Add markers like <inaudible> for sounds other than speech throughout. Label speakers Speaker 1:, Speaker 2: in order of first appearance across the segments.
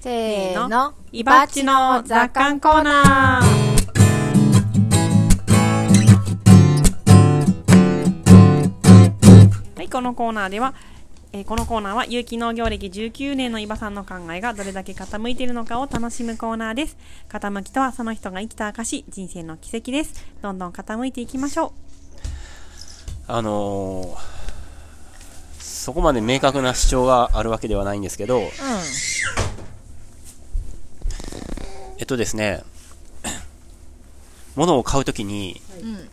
Speaker 1: せーの、
Speaker 2: イバッチの雑感コーナーはい、このコーナーでは、えーこのコーナーは有機農業歴19年の伊庭さんの考えがどれだけ傾いているのかを楽しむコーナーです。傾きとはその人が生きた証、人生の奇跡です。どんどん傾いていきましょ
Speaker 3: あのーそこまで明確な主張があるわけではないんですけど、えっとですね、物を買うときに、
Speaker 1: うん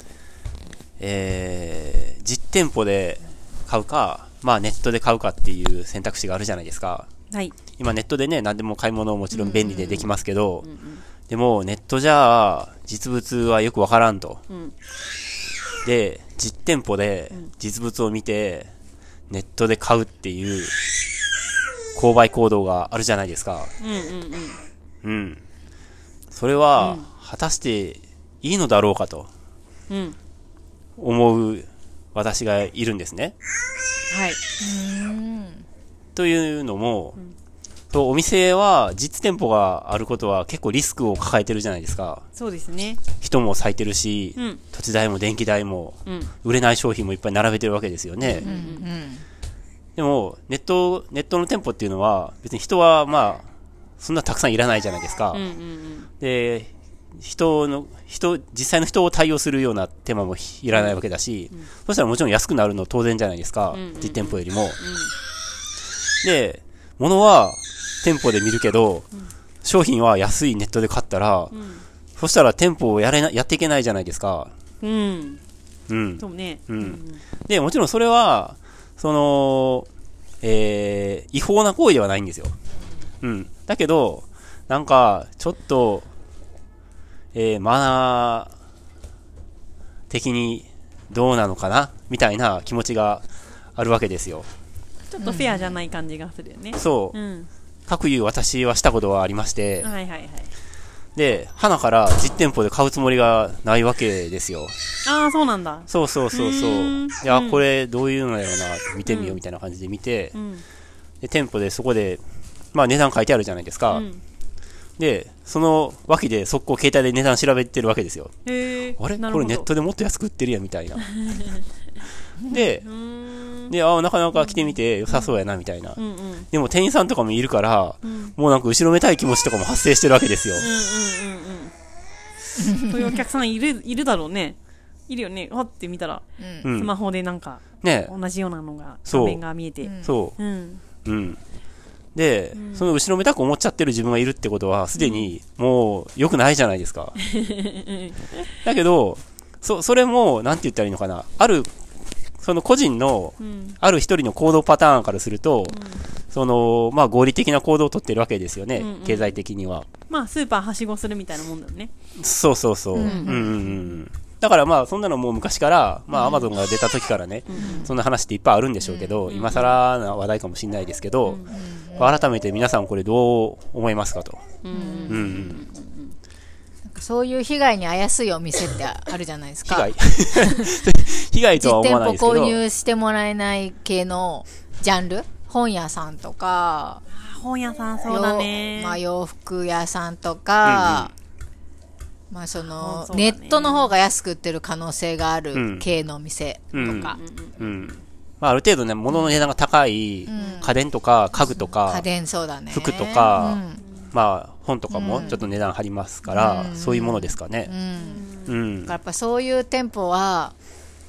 Speaker 3: えー実店舗で買うか、まあネットで買うかっていう選択肢があるじゃないですか。
Speaker 2: う。はい。
Speaker 3: 今ネットでね、何でも買い物をもちろん便利でできますけど、でもネットじゃ実物はよくわからんと。
Speaker 2: うん。
Speaker 3: で、実店舗で実物を見て、ネットで買うっていう、購買行動があるじゃないですか。
Speaker 2: うんうんうん。
Speaker 3: うん。それは、果たしていいのだろうかと
Speaker 2: うん。
Speaker 3: 思う私がいるんですね。
Speaker 2: はい。
Speaker 3: というのも、そうお店は実店舗があることは結構リスクを抱えてるじゃないですか。
Speaker 2: そうですね。
Speaker 3: 人も割いてるし、
Speaker 2: うん
Speaker 3: 土地代も電気代も、
Speaker 2: うん。
Speaker 3: 売れない商品もいっぱい並べてるわけですよね。でも、ネット、ネットの店舗っていうのは、別に人はまあ、そんなたくさんいらないじゃないですか。
Speaker 2: うんうんうん。
Speaker 3: で、人の、人、実際の人を対応するような手間もいらないわけだし、そしたらもちろん安くなるの当然じゃないですか。
Speaker 2: うんうん
Speaker 3: 実店舗よりも。で、物は店舗で見るけど、商品は安いネットで買ったら、そしたら店舗をやれな、やっていけないじゃないですか。
Speaker 2: うん。うん。
Speaker 3: うん。
Speaker 2: そうね。
Speaker 3: うんで、もちろんそれは、その、えー、違法な行為ではないんですよ。うん。だけど、なんか、ちょっと、えー、マナー的にどうなのかなみたいな気持ちがあるわけですよ。
Speaker 2: ちょっとフェアじゃない感じがするよね。
Speaker 3: そう
Speaker 2: う。ん。
Speaker 3: かくいう私はしたことはありまして、
Speaker 2: はいはいはい。
Speaker 3: で、花から実店舗で買うつもりがないわけですよ。
Speaker 2: ああ、そうなんだ。
Speaker 3: そうそうそうそうう。
Speaker 2: ーん
Speaker 3: いや
Speaker 2: うん、
Speaker 3: これどういうのやろうな、見てみようみたいな感じで見て、
Speaker 2: うん。
Speaker 3: で店舗でそこで、まあ、値段書いてあるじゃないですか、
Speaker 2: うん。
Speaker 3: でその脇で速攻携帯で値段調べてるわけですよ
Speaker 2: へえ。
Speaker 3: あれ
Speaker 2: なる
Speaker 3: こ
Speaker 2: ほ
Speaker 3: れ
Speaker 2: ど
Speaker 3: ネットでもっと安く売ってるやんみた
Speaker 2: <laughs>
Speaker 3: いなで
Speaker 2: うーん。
Speaker 3: であなかなか来てみて良さそうやなみたいな、
Speaker 2: うんうん。うんうん
Speaker 3: でも店員さんとかもいるから、
Speaker 2: ん
Speaker 3: もうなんか後ろめたい気持ちとかも発生してるわけですよ、
Speaker 2: うんうん。そういうお客さんいる、いるだろうね。いるよね。わって見たら、
Speaker 3: う
Speaker 2: ス
Speaker 3: ん
Speaker 2: マホでなんか、
Speaker 3: ね
Speaker 2: 同じようなのが、
Speaker 3: そう
Speaker 2: 画面が見えて。
Speaker 3: そ
Speaker 2: うん。
Speaker 3: ううんで、その後ろめたく思っちゃってる自分がいるってことはすでにもう良くないじゃないで
Speaker 2: <laughs>
Speaker 3: すか、だけど、そ、それも、なんて言ったらいいのかな。ある、その個人の、
Speaker 2: うん。
Speaker 3: ある一人の行動パターンからすると、その、まあ合理的な行動をとってるわけですよね。
Speaker 2: うんうん
Speaker 3: 経済的には。
Speaker 2: まあ、スーパーはしごするみたいなもんだよね。
Speaker 3: そうそうそう。うんうんうん。だからまあそんなのもう昔から、まあアマゾンが出た時からね、そんな話っていっぱいあるんでしょうけど、今更な話題かもしれないですけど、改めて皆さんこれどう思いますかと。
Speaker 2: うん。
Speaker 3: うんうん。
Speaker 1: なんかそういう被害にあやすいお店ってあるじゃないです
Speaker 3: 被
Speaker 1: か。
Speaker 3: 害 <laughs> 被害とは
Speaker 1: 実
Speaker 3: 思
Speaker 1: 店
Speaker 3: わないです
Speaker 1: 舗
Speaker 3: けど。
Speaker 1: 購入してもらえない系のジャンル本屋さんとか、
Speaker 2: 本屋さんそうだね。
Speaker 1: よまあ、洋服屋さんとか、まあ、そ
Speaker 2: あ
Speaker 1: の
Speaker 2: そうだね
Speaker 1: ネットの方が安く売ってる可能性がある系のお店と
Speaker 3: うん
Speaker 1: か、
Speaker 3: うん。まあ、ある程度ね、物の値段が高い、家電とか家具とか
Speaker 1: 家、電そうだね
Speaker 3: 服とか
Speaker 1: うん
Speaker 3: まあ、本とかもちょっと値段張りますから、そういうものですかね。
Speaker 1: うん
Speaker 3: うん。
Speaker 1: だからやっぱそういう店舗は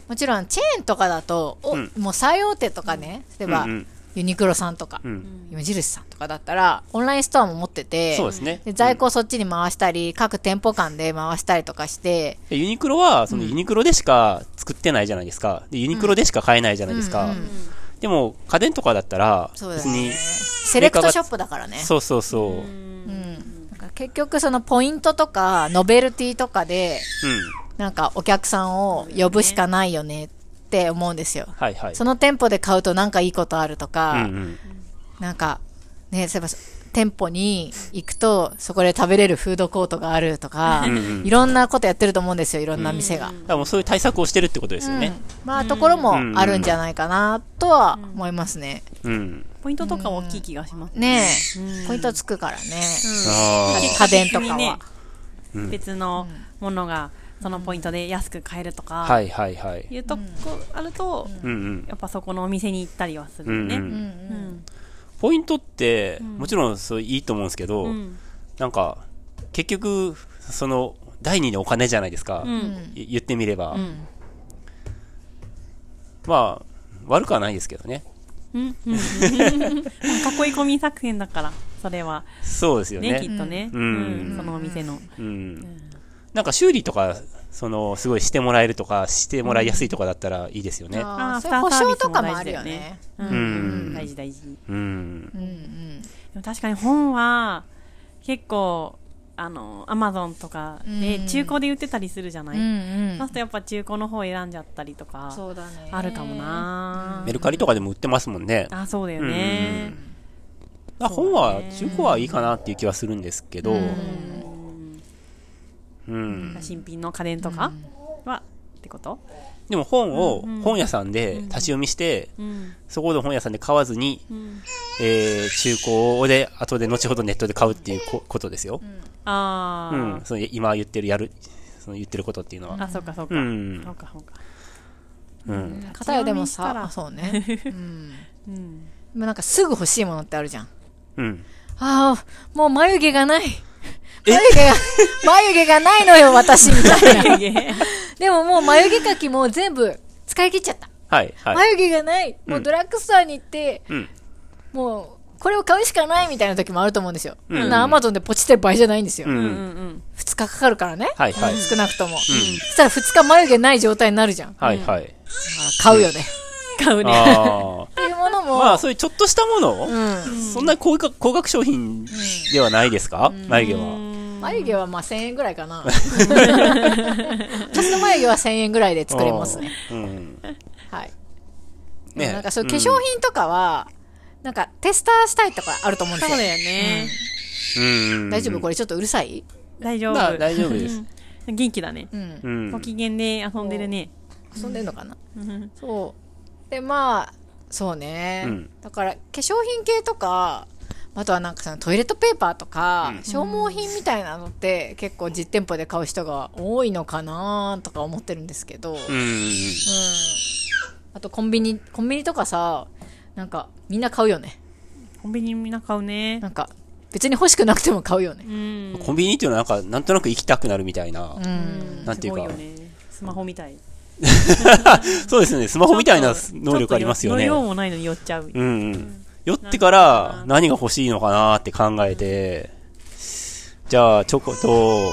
Speaker 1: もちろんチェーンとかだとお、
Speaker 3: うん
Speaker 1: もう最大手とかね、例えば、
Speaker 3: うんうん
Speaker 1: ユニクロさんとか、
Speaker 3: うん。
Speaker 1: 今印さんとかだったらオンラインストアも持ってて
Speaker 3: そうですね
Speaker 1: で在庫をそっちに回したり、各店舗間で回したりとかして、
Speaker 3: でユニクロは、そのユニクロでしか作ってないじゃないですか。でユニクロでしか買えないじゃないですか。
Speaker 1: うんうん
Speaker 3: でも、家電とかだったら、
Speaker 1: そうだ
Speaker 3: 別
Speaker 1: よ
Speaker 3: に、
Speaker 1: ねセレクトショップだからね
Speaker 3: そうそうそう。う
Speaker 1: う
Speaker 3: ん。
Speaker 1: んなんか結局そのポイントとかノベルティとかでなんかお客さんを呼ぶしかないよねって思うんですよ、
Speaker 3: はいはい。
Speaker 1: その店舗で買うとなんかいいことあると
Speaker 3: う
Speaker 1: か、
Speaker 3: んうん。
Speaker 1: なんかね例えば店舗に行くとそこで食べれるフードコートがあるとか、
Speaker 3: んうん
Speaker 1: いろんなことやってると思うんですよいろんな店が、
Speaker 3: だからもうそういう対策をしてるってことですよね。
Speaker 1: まあところもあるんじゃないかなとは思いますね、
Speaker 3: うん。
Speaker 2: ポイントとかは大きい気がします。
Speaker 1: ね
Speaker 2: うん
Speaker 1: え、ポイントつくからね。
Speaker 3: あ
Speaker 1: 家家電とかは。
Speaker 2: ね
Speaker 3: うん
Speaker 2: 別のものがそのポイントで安く買えると
Speaker 3: あ。は
Speaker 2: か
Speaker 3: いはいはい。
Speaker 2: いうとこあると、
Speaker 3: うんうん。
Speaker 2: やっぱそこのお店に行ったりはするよ
Speaker 3: う
Speaker 2: ね。
Speaker 3: ん
Speaker 1: うんう。
Speaker 2: うんん
Speaker 3: ポイントって、
Speaker 2: ん
Speaker 3: もちろんそういいと思うんですけど、
Speaker 2: うん
Speaker 3: なんか、結局、その、第二のお金じゃないですか。
Speaker 2: うん
Speaker 3: い言ってみれば。
Speaker 2: うん
Speaker 3: まあ、悪くはないですけどね。
Speaker 2: うんうん <laughs> 囲い込み作戦だからそれは
Speaker 3: そうですよ
Speaker 2: ねき
Speaker 3: ね。
Speaker 2: っとね、
Speaker 3: うん
Speaker 2: うんそのお店の、
Speaker 3: うん。なんか修理とか、その、すごいしてもらえるとか、してもらいやすいとかだったらいいですよね。
Speaker 1: ああ、
Speaker 2: あー
Speaker 1: そういう保証とかもあるよね。
Speaker 2: うん
Speaker 3: うん
Speaker 2: 大事大事で
Speaker 3: うん。
Speaker 1: うんうん。
Speaker 2: も確かに本は結構あのアマゾンとかで
Speaker 1: うん
Speaker 2: 中古で売ってたりするじゃない、
Speaker 1: うんう
Speaker 2: そ
Speaker 1: ん
Speaker 2: うする。とやっぱ中古の方選んじゃったりとか
Speaker 1: そうだね。
Speaker 2: あるかも。な
Speaker 3: メルカリとかでも売ってますもんね。
Speaker 2: あそうだよね
Speaker 3: あ
Speaker 2: そう
Speaker 3: 本
Speaker 2: だ
Speaker 3: は
Speaker 2: ね
Speaker 3: 中古はいいかなっていう気はするんですけど、う。
Speaker 2: うんん
Speaker 3: うん
Speaker 2: 新品の家電とかはってこと
Speaker 3: でも本を
Speaker 2: うん
Speaker 3: 本屋さんで立ち読みして、
Speaker 2: うん
Speaker 3: そこで本屋さんで買わずに、
Speaker 2: うん
Speaker 3: えー、中古で後で後ほどネットで買うっていうこことですよ。
Speaker 2: あ
Speaker 3: う
Speaker 2: あ、
Speaker 3: ん。その今言ってるやる、その言ってることっていうのは。
Speaker 2: あそうかそうか、
Speaker 3: うん
Speaker 2: そうかそうか
Speaker 3: うん。
Speaker 1: 片寄でもさ、あ
Speaker 2: 立ち
Speaker 1: そうね。うん。
Speaker 2: うん
Speaker 1: でもなんかすぐ欲しいものってあるじゃん。
Speaker 3: うん。
Speaker 1: ああ、もう眉毛がない。眉毛
Speaker 3: <laughs>
Speaker 1: が、眉毛がないのよ、私、みたいな。でももう眉毛描きも全部使い切っちゃった。
Speaker 3: はい、はい。
Speaker 1: 眉毛がない。もうドラッグストアに行って、
Speaker 3: うん。
Speaker 1: もう、これを買うしかないみたいな時もあると思うんですよ。
Speaker 3: うん
Speaker 1: そんなアマゾンでポチってる場合じゃないんですよ。
Speaker 3: う
Speaker 1: 2
Speaker 2: うんうん
Speaker 3: ん。
Speaker 2: うん
Speaker 1: 日かかるからね。
Speaker 3: はい、はい。
Speaker 1: 少なくとも。そしたら2日眉毛ない状態になるじゃん。だか
Speaker 3: はい、はい。
Speaker 1: ら買うよね。
Speaker 2: 買うね
Speaker 3: あ
Speaker 1: っていうもの
Speaker 3: あ。
Speaker 1: も、
Speaker 3: まあ、そういうちょっとしたもの、
Speaker 1: うん。
Speaker 3: そんな高額高額商品ではないですか、眉毛は。
Speaker 1: 眉毛はまあ1000円ぐらいか
Speaker 3: <laughs>
Speaker 1: な。 <laughs> 私の眉毛は1000円ぐらいで作れますね。
Speaker 3: うん。
Speaker 1: はい。
Speaker 3: ね
Speaker 1: なんかそういう化粧品とかは、なんかテスターしたいとかあると思うんで
Speaker 2: そう
Speaker 1: すよ。
Speaker 2: だよね、
Speaker 3: うんうん。
Speaker 1: 大丈夫こ
Speaker 3: れ。
Speaker 1: れちょっとうるさい
Speaker 2: 大丈
Speaker 3: まあ
Speaker 2: 夫
Speaker 3: 大丈夫です
Speaker 2: うん元気だね、
Speaker 1: うん
Speaker 3: う。ん。
Speaker 2: ご機嫌で遊んでるね
Speaker 1: 遊んでんのかな
Speaker 2: うん
Speaker 1: そう。で、まあ、そうね。
Speaker 3: うん
Speaker 1: だから、化粧品系とか、あとはなんかそのトイレットペーパーとか、
Speaker 3: うん
Speaker 1: 消耗品みたいなのって結構実店舗で買う人が多いのかなとか思ってるんですけど、
Speaker 3: うんうんうん。
Speaker 1: あとコンビニ、コンビニとかさ、なんかみんな買うよね。
Speaker 2: コンビニみんな買うね
Speaker 1: なんか別に欲しくなくても買うよね
Speaker 2: う。ん
Speaker 3: コンビニっていうのはなんか、なんとなく行きたくなるみたいな。
Speaker 1: うん。
Speaker 3: なんていうか
Speaker 2: すごよねスマホみたい
Speaker 3: そうですね、スマホみたいな能力ありますよね
Speaker 2: ちょっ。と乗用もないのに酔っちゃう
Speaker 3: うんうん。酔ってから何が欲しいのかなって考えて、じゃあチョ
Speaker 1: <laughs>
Speaker 3: コと、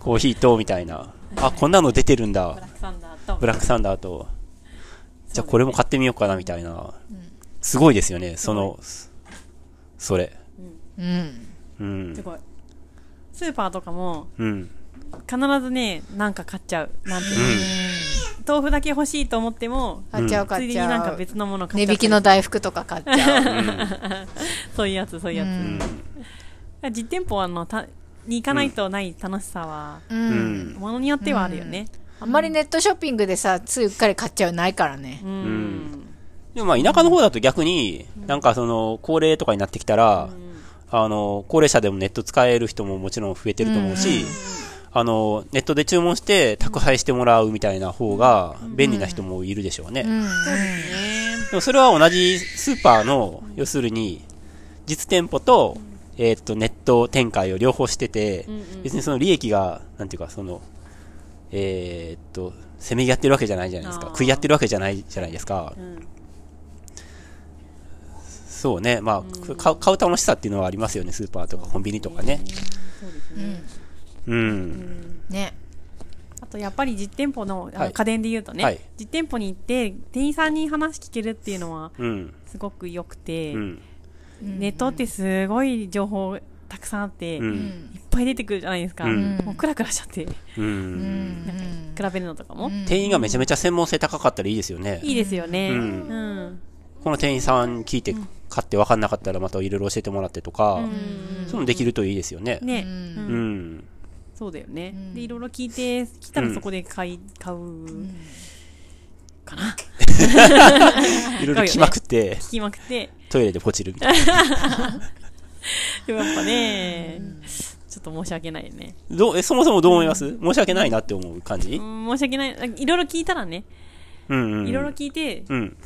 Speaker 3: コーヒーと、みたいな。あ、こんなの出てるん
Speaker 2: ブラ
Speaker 3: だ。
Speaker 2: ックサンダーと
Speaker 3: ブラックサンダーと。じゃあこれも買ってみようかな、みたいな。すごいですよね、その、それ。
Speaker 1: うん。
Speaker 3: う
Speaker 2: す
Speaker 3: ん。
Speaker 2: ごいスーパーとかも
Speaker 3: うん。
Speaker 2: 必ずねなんか買っちゃうなんていうの豆腐だけ欲しいと思っても
Speaker 1: 買っちゃう
Speaker 2: つ
Speaker 1: 買
Speaker 2: い
Speaker 1: っ
Speaker 2: でに
Speaker 1: ち
Speaker 2: な
Speaker 1: ゃ
Speaker 2: んか
Speaker 1: う。
Speaker 2: 別のもの
Speaker 1: 値
Speaker 2: 買っちゃ
Speaker 1: 引
Speaker 2: う
Speaker 1: きの大福とか買っちゃう。
Speaker 2: そういうやつそういうやつ、実店舗はあのたに行かないとない楽しさは、
Speaker 1: う。
Speaker 3: うんん。
Speaker 2: ものによってはあるよね
Speaker 1: あんまりネットショッピングでさ、ついうっかり買っちゃうないからね
Speaker 2: う。ん、
Speaker 3: でもまあ田舎の方だと逆に、なんかその、高齢とかになってきたら、あの、高齢者でもネット使える人ももちろん増えてると思うし、あの、ネットで注文して宅配してもらうみたいな方が便利な人もいるでしょうね。
Speaker 1: うん。
Speaker 3: でもそれは同じスーパーの、要するに、実店舗と、えーっと、ネット展開を両方してて、別にその利益が、なんていうか、その、えーっと、せめぎ合ってるわけじゃないじゃないです
Speaker 2: あ
Speaker 3: か。
Speaker 2: ー
Speaker 3: 食い合ってるわけじゃないじゃないですか。
Speaker 2: うん
Speaker 3: そうね。まあ、買う買う楽しさっていうのはありますよね。スーパーとかコンビニとかね。うん。
Speaker 1: ね。
Speaker 2: あとやっぱり実店舗のあの
Speaker 3: はい
Speaker 2: 家電で言うとね、
Speaker 3: はい
Speaker 2: 実店舗に行って店員さんに話聞けるっていうのは
Speaker 3: うん。
Speaker 2: すごく良くて、
Speaker 3: うん。
Speaker 2: ネットってすごい情報たくさんあって、
Speaker 3: う
Speaker 2: いっ
Speaker 3: ん。
Speaker 2: ぱい出てくるじゃないですか、
Speaker 3: うん
Speaker 2: もうクラクラしちゃって比
Speaker 3: う。
Speaker 1: うんん。
Speaker 2: べるのとかも、
Speaker 3: 店員がめちゃめちゃ専門性高かったらいいですよね。
Speaker 2: いいですよね、
Speaker 3: うん
Speaker 2: うん
Speaker 3: この店員さんに聞いて、買って分かんなかったらまたいろいろ教えてもらってとか、そういうのできるといいですよね。
Speaker 2: ね、
Speaker 1: うん
Speaker 3: う
Speaker 2: うん
Speaker 3: ん。
Speaker 2: そうだよね、でいろいろ聞いて来たらそこで買い、買う、かな。
Speaker 3: いろいろ来まくって、
Speaker 2: 聞きまくって。
Speaker 3: トイレでポチるみたいな。
Speaker 2: でもやっぱね、ちょっと申し訳ないね。
Speaker 3: どうえそもそもどう思います申し訳ないなって思う感じ
Speaker 2: うん申し訳ない。いろいろ聞いたらね、
Speaker 3: うんうん。
Speaker 2: いろいろ聞いて、
Speaker 3: うん。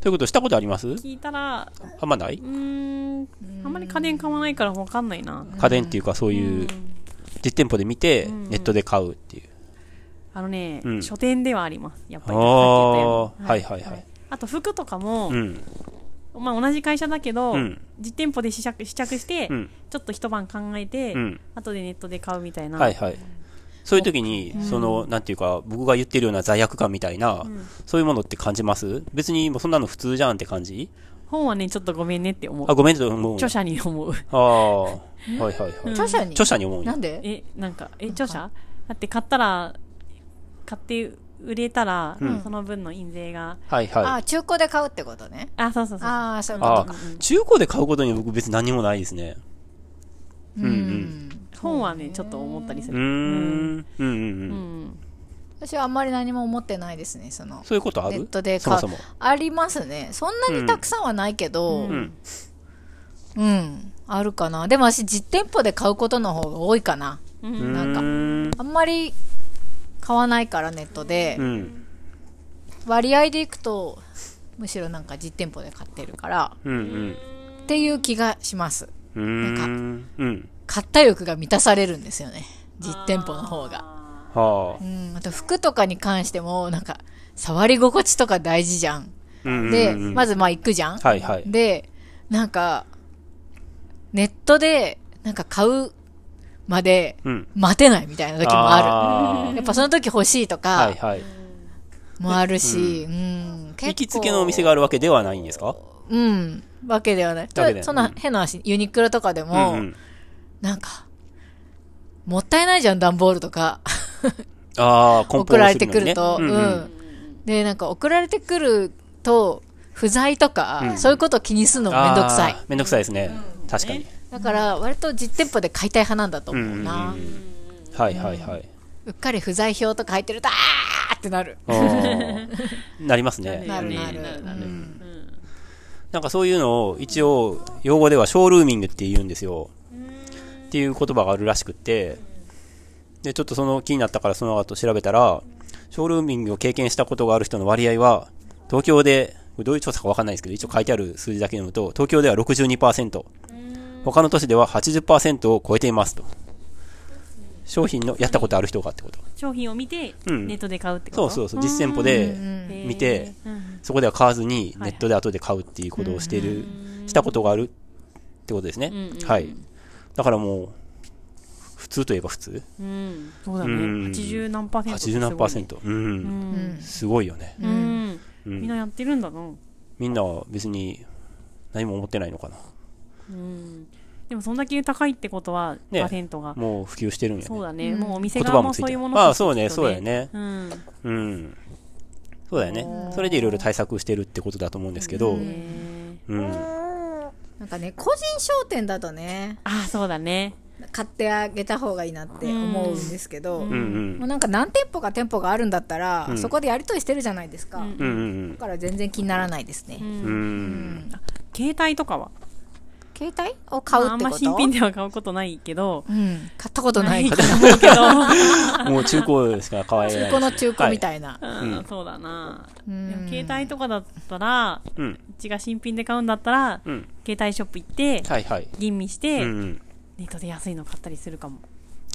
Speaker 3: ということしたことあります
Speaker 2: 聞いたら、
Speaker 3: あんまないう
Speaker 2: ーん、あんまり家電買わないからわかんないな。
Speaker 3: 家電っていうかそういう実店舗で見て
Speaker 2: んうん
Speaker 3: ネットで買うっていう。
Speaker 2: あのね、
Speaker 3: うん
Speaker 2: 書店ではあります。やっぱ
Speaker 3: あ
Speaker 2: り。さっき言った
Speaker 3: あ、
Speaker 2: よ
Speaker 3: は
Speaker 2: うに
Speaker 3: いはいはい。
Speaker 2: あと服とかも、
Speaker 3: うん。
Speaker 2: まあ同じ会社だけど、
Speaker 3: うん
Speaker 2: 実店舗で試着試着して、
Speaker 3: うん。
Speaker 2: ちょっと一晩考えて、
Speaker 3: うん。
Speaker 2: 後でネットで買うみたいな。
Speaker 3: はいはい。そういう時に、その、なんていうか、僕が言ってるような罪悪感みたいな、そういうものって感じます別にもうそんなの普通じゃんって感じ
Speaker 2: 本はね、ちょっとごめんねって思う
Speaker 3: あ、。ごめんちょっと思う。
Speaker 2: 著者に思う。
Speaker 3: ああ、はいはいはい。
Speaker 1: 著者に
Speaker 3: 著者に思う
Speaker 1: なんで
Speaker 2: <laughs> え、なんか、え、著者だって買ったら、買って売れたら、
Speaker 3: うん
Speaker 2: その分の印税が、
Speaker 3: はい
Speaker 1: あ
Speaker 3: は
Speaker 1: ー、
Speaker 3: い。
Speaker 1: 中古で買うってことね。
Speaker 2: あ、そうそうそう。
Speaker 1: ああ、そういうこ
Speaker 3: あ
Speaker 1: とか。
Speaker 3: ー中古で買うことに僕別に何もないですね。うんうん。
Speaker 2: 本はね、ちょっと思ったりす
Speaker 3: うー
Speaker 2: る。
Speaker 3: ん。うんうん
Speaker 2: う
Speaker 3: うん。
Speaker 2: ん。
Speaker 1: 私はあんまり何も思ってないですね、その。
Speaker 3: そういうことあ
Speaker 1: ネッ
Speaker 3: る
Speaker 1: トで
Speaker 3: そ
Speaker 1: 買う
Speaker 3: もそも。
Speaker 1: ありますね。そんなにたくさんはないけど、
Speaker 2: う
Speaker 3: うんん。
Speaker 1: うん、あるかな。でも私、実店舗で買うことの方が多いかな。
Speaker 2: うん
Speaker 1: なんか
Speaker 3: うん
Speaker 1: あんまり買わないから、ネットで。
Speaker 3: うん。
Speaker 1: 割合でいくと、むしろなんか実店舗で買ってるから、
Speaker 3: うんうん。
Speaker 1: っていう気がします。
Speaker 3: うーん。うん。
Speaker 1: 買った欲が満たされるんですよね。実店舗の方が。
Speaker 3: は
Speaker 1: う
Speaker 3: あ。
Speaker 1: ん、あと服とかに関しても、なんか、触り心地とか大事じゃん。
Speaker 3: うん
Speaker 1: で、
Speaker 3: うんうん
Speaker 1: まずまあ行くじゃん。
Speaker 3: はいはい。
Speaker 1: で、なんか、ネットで、なんか買うまで
Speaker 3: うん。
Speaker 1: 待てないみたいな時もあ <laughs> る。
Speaker 3: あー
Speaker 1: やっぱその時欲しいと
Speaker 3: は
Speaker 1: か
Speaker 3: いはい。
Speaker 1: もあるし、うん、結構
Speaker 3: 行きつけのお店があるわけではないんですか
Speaker 1: うん、わけではない。
Speaker 3: わけではない
Speaker 1: そんな変な話、ユニクロとかでも、
Speaker 3: うんうん。
Speaker 1: なんか、もったいないじゃん、段ボールとか。
Speaker 3: ああ、梱包す
Speaker 1: 送
Speaker 3: るのにね
Speaker 1: られてくると。
Speaker 3: うん
Speaker 1: う
Speaker 3: うん
Speaker 1: ん。で、なんか送られてくると、不在とか、
Speaker 3: うん
Speaker 1: そういうこと気にするのもめんどくさい。
Speaker 3: あーめんどくさいですね。確かに。
Speaker 1: だから、割と実店舗で買いたい派なんだと思うな。
Speaker 3: うんうんうんはいはいはいう
Speaker 1: っかり不在表とか入ってると、あーってなる。<laughs>
Speaker 3: あー。なりますね。
Speaker 1: なる
Speaker 3: うん
Speaker 1: なる。うん
Speaker 3: なんかそういうのを一応、用語ではショールーミングって言うんですよ。っていう言葉があるらしくって、で、ちょっとその気になったからその後調べたら、ショールーミングを経験したことがある人の割合は、東京で、これどういう調査かわかんないですけど、一応書いてある数字だけ読むと、東京では62%、他の都市では80%を超えていますと。商品のやったことある人がってこと。
Speaker 2: 商品を見て、
Speaker 3: うん
Speaker 2: ネットで買うってこ
Speaker 3: そう
Speaker 2: と
Speaker 3: そううそう、実店舗で
Speaker 2: ん
Speaker 3: 見て、
Speaker 2: ん。
Speaker 3: そこでは買わずに、
Speaker 2: はい
Speaker 3: ネットで後で買うっていうことをしてる、したことがあるってことですね
Speaker 2: んうん。
Speaker 3: はい。だからもう、普通といえば普通
Speaker 2: うん。そうだね。
Speaker 3: うん
Speaker 2: 80何パーセントってすごいね。
Speaker 3: ?80 何パーセント。う。
Speaker 2: うんん。
Speaker 3: すごいよね。
Speaker 2: うん。
Speaker 3: う
Speaker 2: みん
Speaker 3: ん。
Speaker 2: なやってるんだな。
Speaker 3: みんなは別に何も思ってないのかな。
Speaker 2: うん。でもそんだけ高いってことは、パ
Speaker 3: ね
Speaker 2: ーセントが。
Speaker 3: もう普及してるんや
Speaker 2: そう
Speaker 3: ね。
Speaker 2: だね。もうお店
Speaker 3: 言
Speaker 2: 側
Speaker 3: 葉も
Speaker 2: も
Speaker 3: つい
Speaker 2: そう
Speaker 3: て
Speaker 2: いう
Speaker 3: る。
Speaker 2: もの
Speaker 3: まあ
Speaker 2: 欲しい
Speaker 3: そうね、
Speaker 2: と
Speaker 3: そうだよ。ね。
Speaker 2: うん。
Speaker 3: うん。そうだよね。それでいろいろ対策してるってことだと思うんですけど、うん。
Speaker 1: なんかね、個人商店だとね、
Speaker 2: ああ、そうだね。
Speaker 1: 買ってあげた方がいいなって思うんですけど、
Speaker 3: うんう。
Speaker 1: もうんなんか何店舗か店舗があるんだったら、
Speaker 3: うん
Speaker 1: そこでやり取りしてるじゃないですか。
Speaker 2: ん
Speaker 3: うんうん
Speaker 1: だから全然気にならないですね。
Speaker 3: うん。うん。
Speaker 2: 携帯とかは
Speaker 1: 携帯を買うって
Speaker 2: まああ
Speaker 1: こ
Speaker 2: ん
Speaker 1: と、
Speaker 2: ま新品では買うことないけど、
Speaker 1: うん、買ったことないけど、
Speaker 2: だけ
Speaker 1: <laughs>
Speaker 2: ど、
Speaker 3: もう中古しか買われない
Speaker 1: 中
Speaker 3: ですね。
Speaker 1: 古の中古み
Speaker 3: は
Speaker 1: たいな。
Speaker 2: うん
Speaker 3: うん
Speaker 2: そうだな。
Speaker 1: うん
Speaker 2: でも携帯とかだったら、
Speaker 3: い。うん。
Speaker 2: うちが新品で買うんだったら、
Speaker 3: うん。
Speaker 2: 携帯ショップ行って、
Speaker 3: はいはい。
Speaker 2: 吟味し
Speaker 3: う
Speaker 2: て、
Speaker 3: んうん。
Speaker 2: ネットで安いの買ったりするかも。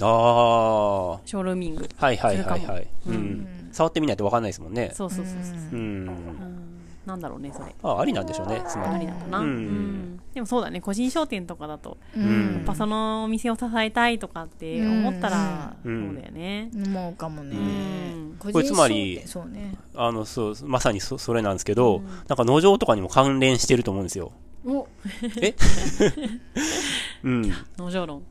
Speaker 3: ああ。は
Speaker 2: ショールーミング。
Speaker 3: いはいはいはい。
Speaker 2: う
Speaker 3: うんん。触ってみないとわかんないですもんね。
Speaker 2: そうそうそうそう。
Speaker 3: うん。
Speaker 2: なんだろうね、それ。
Speaker 3: あ、ありなんでしょうね。つま
Speaker 2: あり
Speaker 3: り。
Speaker 2: なのかな、
Speaker 3: うん
Speaker 2: でもそうだね、個人商店とかだと、
Speaker 1: う
Speaker 2: やっ
Speaker 1: ん
Speaker 2: ぱそのお店を支えたいとかって思ったら、そう
Speaker 3: うん
Speaker 2: だよね。
Speaker 1: 思うかもね
Speaker 2: うん。
Speaker 1: 個人
Speaker 3: これつまり
Speaker 1: 商店そうね。
Speaker 3: あの、そう、まさにそそれなんですけど、なんか農場とかにも関連してると思うんですよ。
Speaker 1: お、
Speaker 3: えうん。
Speaker 2: 農場論。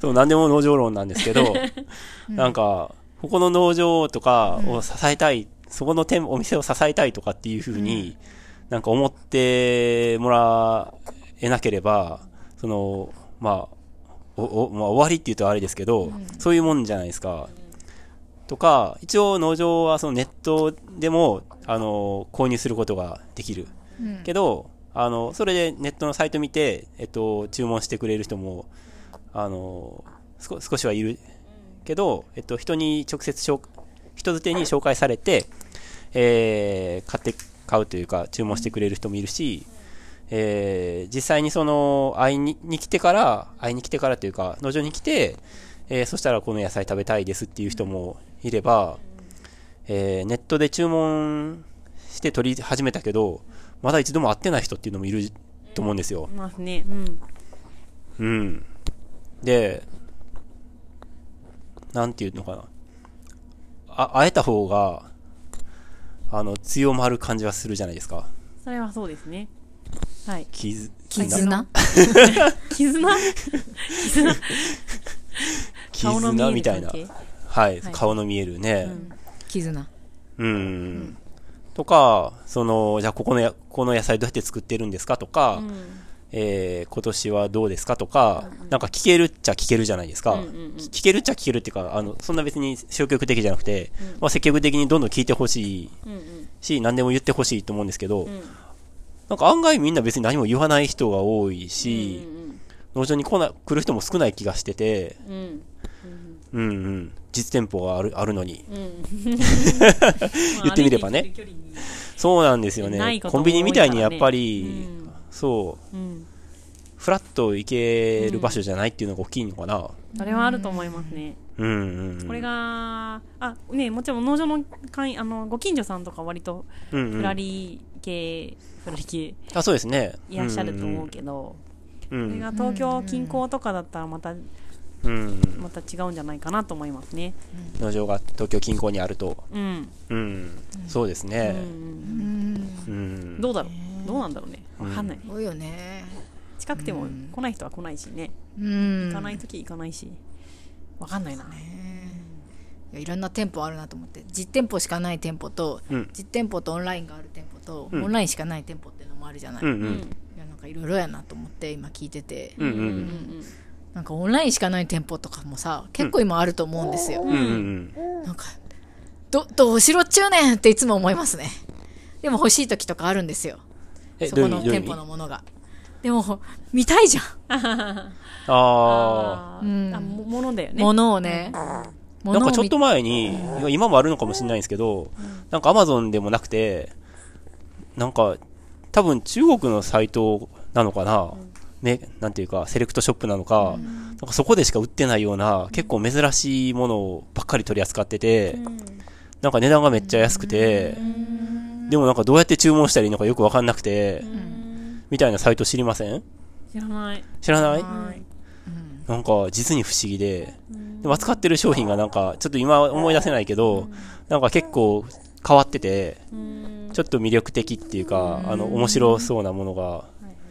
Speaker 3: そう、なん <laughs> でも農場論なんですけど、 <laughs> なんか、ここの農場とかを支えたい、そこの店、お店を支えたいとかっていうふうに、なんか思ってもらえなければ、その、まあ、お、お、まあ、終わりって言うとあれですけど、そういうもんじゃないですか。とか、一応農場はそのネットでも、あの、購入することができる。
Speaker 1: うん
Speaker 3: けど、あの、それでネットのサイト見て、えっと、注文してくれる人も、あの、少少しはいるけど、えっと、人に直接紹、人づてに紹介されて、えー買って、買うというか、注文してくれる人もいるし、えー実際にその、会いにに来てから、会いに来てからというか、農場に来て、えーそしたらこの野菜食べたいですっていう人もいれば、えーネットで注文して取り始めたけど、まだ一度も会ってない人っていうのもいると思うんですよ。
Speaker 2: いますね。うん。
Speaker 3: うん。で、なんていうのかな。あ、会えた方が、あの、強まる感じはするじゃないですか。
Speaker 2: それはそうですね。はい。
Speaker 3: 傷、
Speaker 1: 絆
Speaker 2: 絆絆顔の見え
Speaker 3: 絆
Speaker 2: る
Speaker 3: みたいな
Speaker 2: 関。係
Speaker 3: はい、
Speaker 2: はい
Speaker 3: 顔の見えるね。
Speaker 1: 絆。
Speaker 3: うん。とか、その、じゃあここのや、この野菜どうやって作ってるんですかとか、
Speaker 2: うん
Speaker 3: えー今年はどうですかとか、なんか聞けるっちゃ聞けるじゃないですか。
Speaker 2: うんうんうん
Speaker 3: 聞けるっちゃ聞けるっていうか、あの、そんな別に消極的じゃなくて、まあ積極的にどんどん聞いてほしい
Speaker 2: うんうん
Speaker 3: し、何でも言ってほしいと思うんですけど、
Speaker 2: うん
Speaker 3: なんか案外みんな別に何も言わない人が多いし、
Speaker 2: うん
Speaker 3: 農場に来な、来る人も少ない気がしてて、
Speaker 2: うんうん
Speaker 3: うんうん、実店舗がある、あるのに。
Speaker 2: うん
Speaker 3: 言ってみれば
Speaker 2: ま
Speaker 3: ね
Speaker 2: あ歩いてきてる距離に
Speaker 3: そうなんですよ
Speaker 2: ない
Speaker 3: ね。
Speaker 2: こと
Speaker 3: コ
Speaker 2: も
Speaker 3: ン
Speaker 2: 多い
Speaker 3: ビ
Speaker 2: からね
Speaker 3: ニみたいにやっぱり、
Speaker 2: うん
Speaker 3: そう、
Speaker 2: うん
Speaker 3: フラッと行ける場所じゃないっていうのが大きいのかな。
Speaker 2: それはあると思いますね。
Speaker 3: うん、うん、うん。
Speaker 2: これが、あ、ね、もちろん農場の会員、あの、ご近所さんとか割と、
Speaker 3: うんうん
Speaker 2: ふらり系、ふらり系、
Speaker 3: あ、そうですね。
Speaker 2: いらっしゃると思うけど、
Speaker 3: うんうん
Speaker 2: こ
Speaker 3: うん
Speaker 2: れが東京近郊とかだったらまた、
Speaker 3: うんうん
Speaker 2: また違うんじゃないかなと思いますね。
Speaker 3: 農場が東京近郊にあると、
Speaker 2: うん。
Speaker 3: うん、そうで
Speaker 2: う
Speaker 3: すね、
Speaker 1: うんん
Speaker 3: う。
Speaker 2: うんん、どうだろうどうなんだろうね。
Speaker 3: うん
Speaker 2: わかんない。
Speaker 1: 多いよね。
Speaker 2: 近くても
Speaker 1: うん
Speaker 2: 来ない人は来ないしね。
Speaker 1: うん。
Speaker 2: 行かないとき行かないし。わかんないな。
Speaker 1: ねいやいろんな店舗あるなと思って実店舗しかない店舗と、
Speaker 3: うん
Speaker 1: 実店舗とオンラインがある店舗と、
Speaker 3: うん
Speaker 1: オンラインしかない店舗っていうのもあるじゃない、
Speaker 3: うんう
Speaker 1: い
Speaker 3: ん
Speaker 1: やなんかいろいろやなと思って今聞いてて、
Speaker 3: うんうん
Speaker 1: なんかオンラインしかない店舗とかもさ結構今あると思うんですよ、
Speaker 3: うんうん
Speaker 1: なんかどどうしろっちゅうねんっていつも思いますねでも欲しい時とかあるんですよ
Speaker 3: え
Speaker 1: そこ
Speaker 3: ど
Speaker 1: の
Speaker 3: ういう
Speaker 1: 店舗のものがでもほ見たいじゃん
Speaker 3: あ
Speaker 2: あ
Speaker 1: うん
Speaker 2: ーあ、もものだよね。
Speaker 1: 物をね、
Speaker 3: あ
Speaker 1: 物
Speaker 3: な
Speaker 1: を
Speaker 3: ん
Speaker 1: 見
Speaker 3: かちょっと前に今もあるのかもしれないんですけど、なんかアマゾンでもなくてなんか多分中国のサイトなのかな、ね、なんていうかセレクトショップなのか、なんかそこでしか売ってないような結構珍しいものをばっかり取り扱ってて、なんか値段がめっちゃ安くて、でもなんかどうやって注文したらいいのかよくわかんなくて、みたいなサイト知りません
Speaker 2: 知らない。
Speaker 3: 知らない
Speaker 2: はい。
Speaker 3: なんか実に不思議で、でも扱ってる商品がなんかちょっと今思い出せないけど、なんか結構変わってて、
Speaker 2: うん
Speaker 3: ちょっと魅力的っていうか、あの面白そうなものが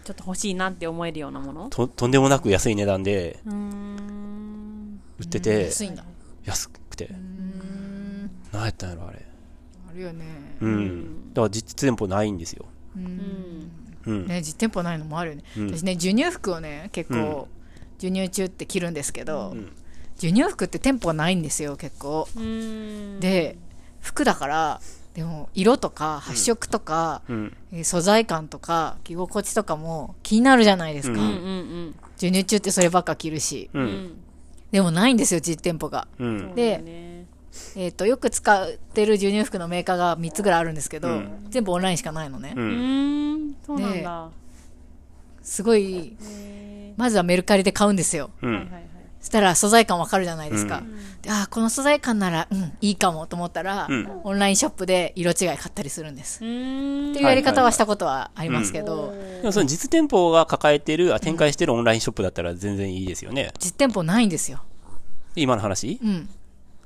Speaker 2: ちょっと欲しいなって思えるようなもの
Speaker 3: ととんでもなく安い値段で
Speaker 2: うーん。
Speaker 3: 売ってて、
Speaker 1: 安いんだ
Speaker 3: 安くて。
Speaker 1: うん
Speaker 3: 何やったんやろあれ。
Speaker 1: あるよね
Speaker 3: うん。だから実店舗ないんですよ。
Speaker 2: うん。
Speaker 3: うん。
Speaker 1: ね実店舗ないのもあるよね、
Speaker 3: うん
Speaker 1: 私ね授乳服をね結構、授乳中って着るんですけど、授乳服って店舗ないんですよ結構
Speaker 2: うん。
Speaker 1: で服だからでも色とか発色とか、
Speaker 3: うん。
Speaker 1: えー素材感とか着心地とかも気になるじゃないですか、
Speaker 3: うん
Speaker 2: うんうん
Speaker 1: 授乳中ってそればっか着るし
Speaker 3: う。
Speaker 2: うんん。
Speaker 1: でもないんですよ実店舗が、
Speaker 3: う。
Speaker 2: そうんだよね
Speaker 1: えー、とよく使ってる授乳服のメーカーが3つぐらいあるんですけど、
Speaker 3: うん
Speaker 1: 全部オンラインしかないのね、
Speaker 3: う。
Speaker 2: うんーん。そうなんだ。
Speaker 1: すごい
Speaker 2: へ
Speaker 1: まずはメルカリで買うんですよ
Speaker 3: う
Speaker 2: ーはい
Speaker 3: ん
Speaker 2: はい。はい。
Speaker 1: そしたら素材感わかるじゃないですか、
Speaker 3: う
Speaker 1: であーこの素材感なら、うん、いいかもと思ったら、
Speaker 3: うん
Speaker 1: オンラインショップで色違い買ったりするんです、
Speaker 2: うーん。
Speaker 1: っていうやり方はしたことはありますけど、
Speaker 3: でもその実店舗が抱えてる、あ展開してるオンラインショップだったら全然いいですよね。
Speaker 1: 実店舗ないんですよ、
Speaker 3: 今の話
Speaker 1: うん、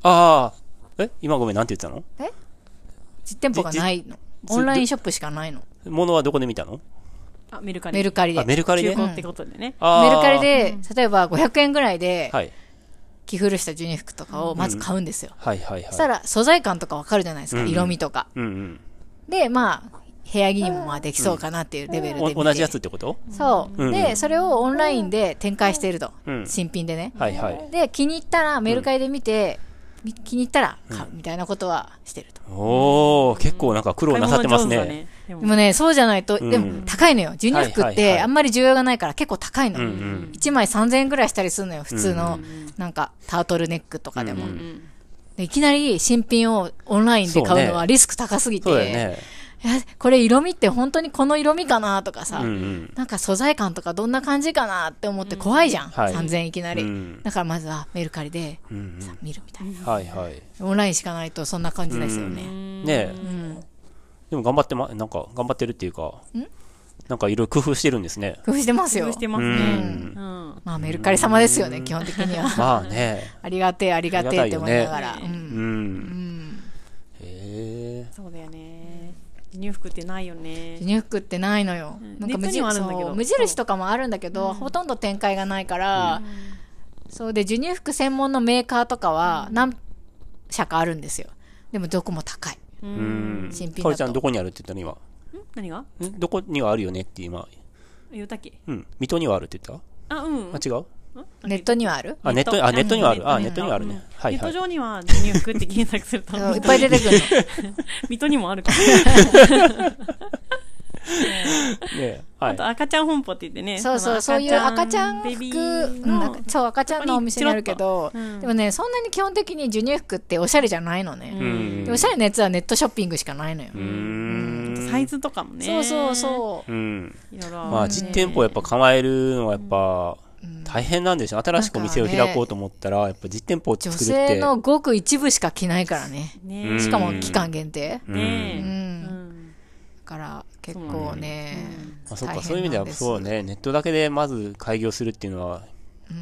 Speaker 3: ああ、え今ごめん、なんて言ってたの
Speaker 1: 実店舗がないの
Speaker 3: じ
Speaker 1: オンラインショップしかないの
Speaker 3: 物はどこで見たの
Speaker 2: あ、メルカリ。
Speaker 1: メルカリで
Speaker 3: あ、メルカリで
Speaker 2: 中古ってことでね。
Speaker 3: あー
Speaker 1: メルカリで例えば500円ぐらいで
Speaker 3: はい。
Speaker 1: 着古した授乳服とかをまず買うんですよ、
Speaker 3: はいはいはい。
Speaker 1: そしたら素材感とかわかるじゃないですか、
Speaker 3: うん
Speaker 1: 色味とか
Speaker 3: うんうん。
Speaker 1: でまあ部屋着にもまあできそうかなっていうレベルで見て
Speaker 3: お同じやつってこと
Speaker 1: そう、
Speaker 3: うん
Speaker 1: でそれをオンラインで展開していると、
Speaker 3: うん
Speaker 1: 新品でね、
Speaker 3: はいはい。
Speaker 1: で気に入ったらメルカリで見て、み気に入ったら買うみたいなことはしてると。
Speaker 3: おー、結構なんか苦労なさってます
Speaker 2: 買い物上手だ
Speaker 3: ね。
Speaker 2: でも
Speaker 1: でもね、そうじゃないと、
Speaker 3: うん
Speaker 1: でも高いのよ。授乳服
Speaker 3: は
Speaker 1: っ
Speaker 3: いはいはい
Speaker 1: てあんまり需要がないから結構高いの。
Speaker 3: うんうん
Speaker 1: 1枚3000円ぐらいしたりするのよ。普通
Speaker 2: う
Speaker 1: の
Speaker 2: ん
Speaker 1: なんかタートルネックとかでも。
Speaker 3: うんうん
Speaker 2: うん
Speaker 1: でいきなり新品をオンラインで買うの
Speaker 3: そう
Speaker 1: は
Speaker 3: ね
Speaker 1: リスク高すぎて、
Speaker 3: そうだよね。
Speaker 1: えこれ色味って本当にこの色味かなとかさ、
Speaker 3: うんうん。
Speaker 1: なんか素材感とかどんな感じかなって思って怖いじゃん、
Speaker 3: はい
Speaker 1: 3000円いきなり、
Speaker 3: うん
Speaker 1: だからまずはメルカリで
Speaker 3: うん
Speaker 1: さ見るみたいな、
Speaker 3: うんはいはい。
Speaker 1: オンラインしかないとそんな感じですよね、
Speaker 3: ね
Speaker 1: う
Speaker 3: え
Speaker 1: ん
Speaker 3: でも頑張ってま、なんか頑張ってるっていうか
Speaker 1: ん、
Speaker 3: なんかいろいろ工夫してるんですね。
Speaker 1: 工夫してます
Speaker 2: 工
Speaker 1: よ
Speaker 2: 夫して
Speaker 3: う
Speaker 2: ますね。う
Speaker 3: ん。
Speaker 2: ん。
Speaker 1: まあメルカリ様ですよね、基本的には <laughs>
Speaker 3: まあね。
Speaker 1: ありがてえありがてえって思いながら
Speaker 2: あり
Speaker 1: う
Speaker 2: がたいよ
Speaker 3: うん。
Speaker 1: うんん
Speaker 3: へえ。
Speaker 2: そうだよね。授乳服ってないよね
Speaker 1: 授。乳服ってないのよ、
Speaker 2: うん
Speaker 1: なんか無
Speaker 2: ネットに
Speaker 1: 印
Speaker 2: はあるんだけど
Speaker 1: そう無印とかもあるんだけど、ほとんど展開がないから、そうで授乳服専門のメーカーとかは何社かあるんですよでもどこも高い
Speaker 2: うん
Speaker 3: うん。
Speaker 1: 新品だと
Speaker 3: かおりちゃんどこにあるって言ったの
Speaker 2: 何が
Speaker 3: 今。んどこにはあるよねって今。
Speaker 2: 言ったっけ
Speaker 3: うん。水戸にはあるって言っ
Speaker 2: あ、うん。
Speaker 3: たあ、違う
Speaker 1: ネットにはある
Speaker 3: あ、ネットに、あ、ネットにはある。あ、ネットにはある
Speaker 2: うん
Speaker 3: ね。はい
Speaker 2: ネッ
Speaker 3: は
Speaker 2: ト
Speaker 3: い。
Speaker 2: 上には授乳服って検索すると
Speaker 1: あの <laughs> いっぱい出てくる
Speaker 2: 水戸にもあるから。
Speaker 3: ねは
Speaker 2: あ
Speaker 3: い
Speaker 2: と。赤ちゃん本舗って言ってね。
Speaker 1: のそうそうそういう赤ちゃん
Speaker 2: ベ
Speaker 1: 服
Speaker 2: ビ
Speaker 1: う
Speaker 2: ー
Speaker 1: んな
Speaker 2: の
Speaker 1: んかそう赤ちゃんのお店にあるけど
Speaker 2: ここにちょろっとうん
Speaker 1: でもねそんなに基本的に授乳服っておしゃれじゃないのね
Speaker 3: う、ん
Speaker 1: でおしゃれなやつはネットショッピングしかないのよ、
Speaker 3: うーん。。
Speaker 2: サイズとかもね。
Speaker 1: そうそうそううん
Speaker 2: う。いろいろ。
Speaker 3: まあ実店舗やっぱ構えるのはやっぱ大変なんでしょ新しくお店を開こうと思ったらやっぱ実店舗を
Speaker 1: 女
Speaker 3: 作るって
Speaker 1: 性のごく一部しか着ないからね
Speaker 2: ね
Speaker 3: うん
Speaker 1: しかも期間限定
Speaker 3: うん
Speaker 2: ね
Speaker 1: う
Speaker 2: えうん
Speaker 1: だ
Speaker 2: ん。
Speaker 1: から結構ね
Speaker 3: まあそっ
Speaker 1: 大変なん
Speaker 3: かそういう意味では
Speaker 1: です
Speaker 3: そうねネットだけでまず開業するっていうのは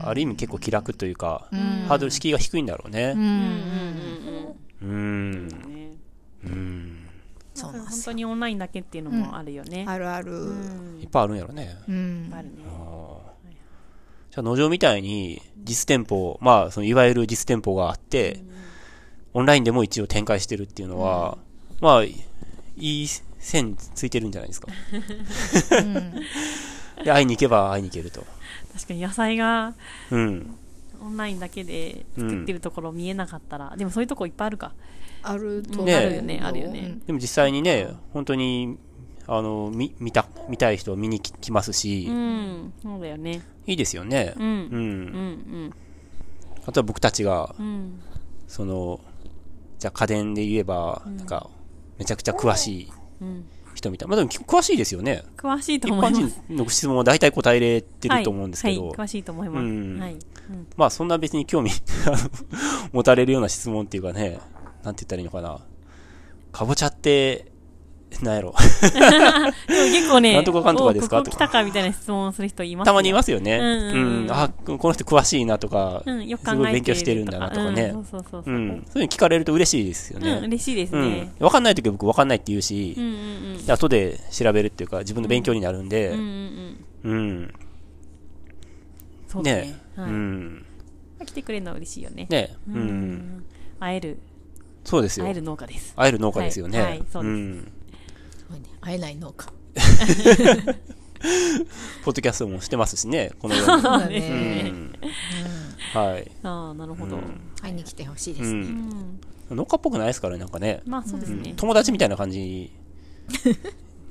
Speaker 3: ある意味結構気楽というか
Speaker 1: ん
Speaker 3: ハードル敷居が低いんだろう
Speaker 1: う
Speaker 3: ね
Speaker 2: うんうん
Speaker 1: ん
Speaker 2: う
Speaker 3: うん
Speaker 2: んうんね。
Speaker 3: うん
Speaker 1: そうなん
Speaker 2: 本
Speaker 1: です
Speaker 2: 当にオンラインだけっていうのもあるよね。
Speaker 1: あるある
Speaker 2: うん。
Speaker 3: い
Speaker 2: い
Speaker 3: っ
Speaker 2: っ
Speaker 3: ぱいあるんやろね
Speaker 1: うん
Speaker 2: ぱいあるね。
Speaker 3: じゃあ農場みたいに実店舗まあそのいわゆる実店舗があってオンラインでも一応展開してるっていうのはまあいい線ついてるんじゃないですかで会いに行けば会いに行けると
Speaker 2: 確かに野菜が
Speaker 3: うん
Speaker 2: オンラインだけで作ってるところ見えなかったら、でもそういうとこいっぱいあるか。
Speaker 1: あると
Speaker 3: ねえ
Speaker 1: あ
Speaker 3: あ
Speaker 1: る
Speaker 3: る
Speaker 1: よ
Speaker 3: よ
Speaker 1: ね
Speaker 2: ね
Speaker 1: あ
Speaker 2: あ
Speaker 1: る
Speaker 2: る
Speaker 1: よ
Speaker 2: よね
Speaker 1: ね
Speaker 3: でも実際にね、本当に、あの、見、見た、見たい人は見に来来ますし、
Speaker 2: うん。そうだよね。
Speaker 3: いいですよね。
Speaker 2: う。
Speaker 3: うん。
Speaker 2: うんん
Speaker 3: あとは僕たちが
Speaker 2: うん。う、ん。
Speaker 3: その、じゃあ家電で言えば、なんか、めちゃくちゃ詳しい
Speaker 2: うん。
Speaker 3: 人みたい。まあでも詳しいですよね。
Speaker 2: 詳しい
Speaker 3: 一
Speaker 2: と思い
Speaker 3: 般
Speaker 2: ます。
Speaker 3: 人の質問は大体答えれて
Speaker 2: は
Speaker 3: ると思うんですけど、
Speaker 2: はい、詳しいと思います。
Speaker 3: うん
Speaker 2: はい。
Speaker 3: まあそんな別に興味 <laughs> あの持たれるような質問っていうかね、なんて言ったらいいのかな。かぼちゃって、なんやろ。
Speaker 2: でも結構ね、
Speaker 3: なんとかかんとかですか
Speaker 2: おここ来たかみたいな質問をする人います。。
Speaker 3: たまにいますすよね。
Speaker 2: うんうんうん
Speaker 3: うんあ、この人詳しいなとか、
Speaker 2: うん、よく考え
Speaker 3: す
Speaker 2: て
Speaker 3: ごい勉強してるんだなとかね。
Speaker 2: うんそうそうそう
Speaker 3: う
Speaker 2: そう。うん
Speaker 3: ん、、そういうの聞かれると嬉しいですよね。
Speaker 2: 嬉しいです
Speaker 3: うん、
Speaker 2: ね。
Speaker 3: 分かんないときは僕分かんないって言う
Speaker 2: うん
Speaker 3: し、
Speaker 2: うんうん。
Speaker 3: で後で調べるっていうか、自分の勉強になるんで、
Speaker 2: う
Speaker 3: うん
Speaker 2: うん
Speaker 3: ん、
Speaker 2: うん。
Speaker 3: うん
Speaker 2: そうだね
Speaker 3: ね。え、
Speaker 2: は
Speaker 3: う
Speaker 2: い
Speaker 3: ん、
Speaker 2: 来てくれるのは嬉しいよね。
Speaker 3: ねえ、う、
Speaker 2: うんん。会える、
Speaker 3: そうですよ
Speaker 2: 会え。る農家です。
Speaker 3: 会える農家ですよね。
Speaker 2: はいはいそうです
Speaker 3: ん、
Speaker 1: 会えない農家
Speaker 3: ポッドキャストもしてますしね、このよ
Speaker 2: <laughs>
Speaker 3: うに。
Speaker 1: そうだ
Speaker 3: う
Speaker 1: ね
Speaker 3: ん、はい、
Speaker 2: ああ、なるほど。
Speaker 3: うん
Speaker 1: 会いに来てほしいで
Speaker 3: う
Speaker 1: すね
Speaker 3: ん、
Speaker 2: うん
Speaker 3: 農家っぽくないですからね、なんかね、
Speaker 2: まあそうです
Speaker 3: うん
Speaker 2: ね。
Speaker 3: 友達みたいな感じ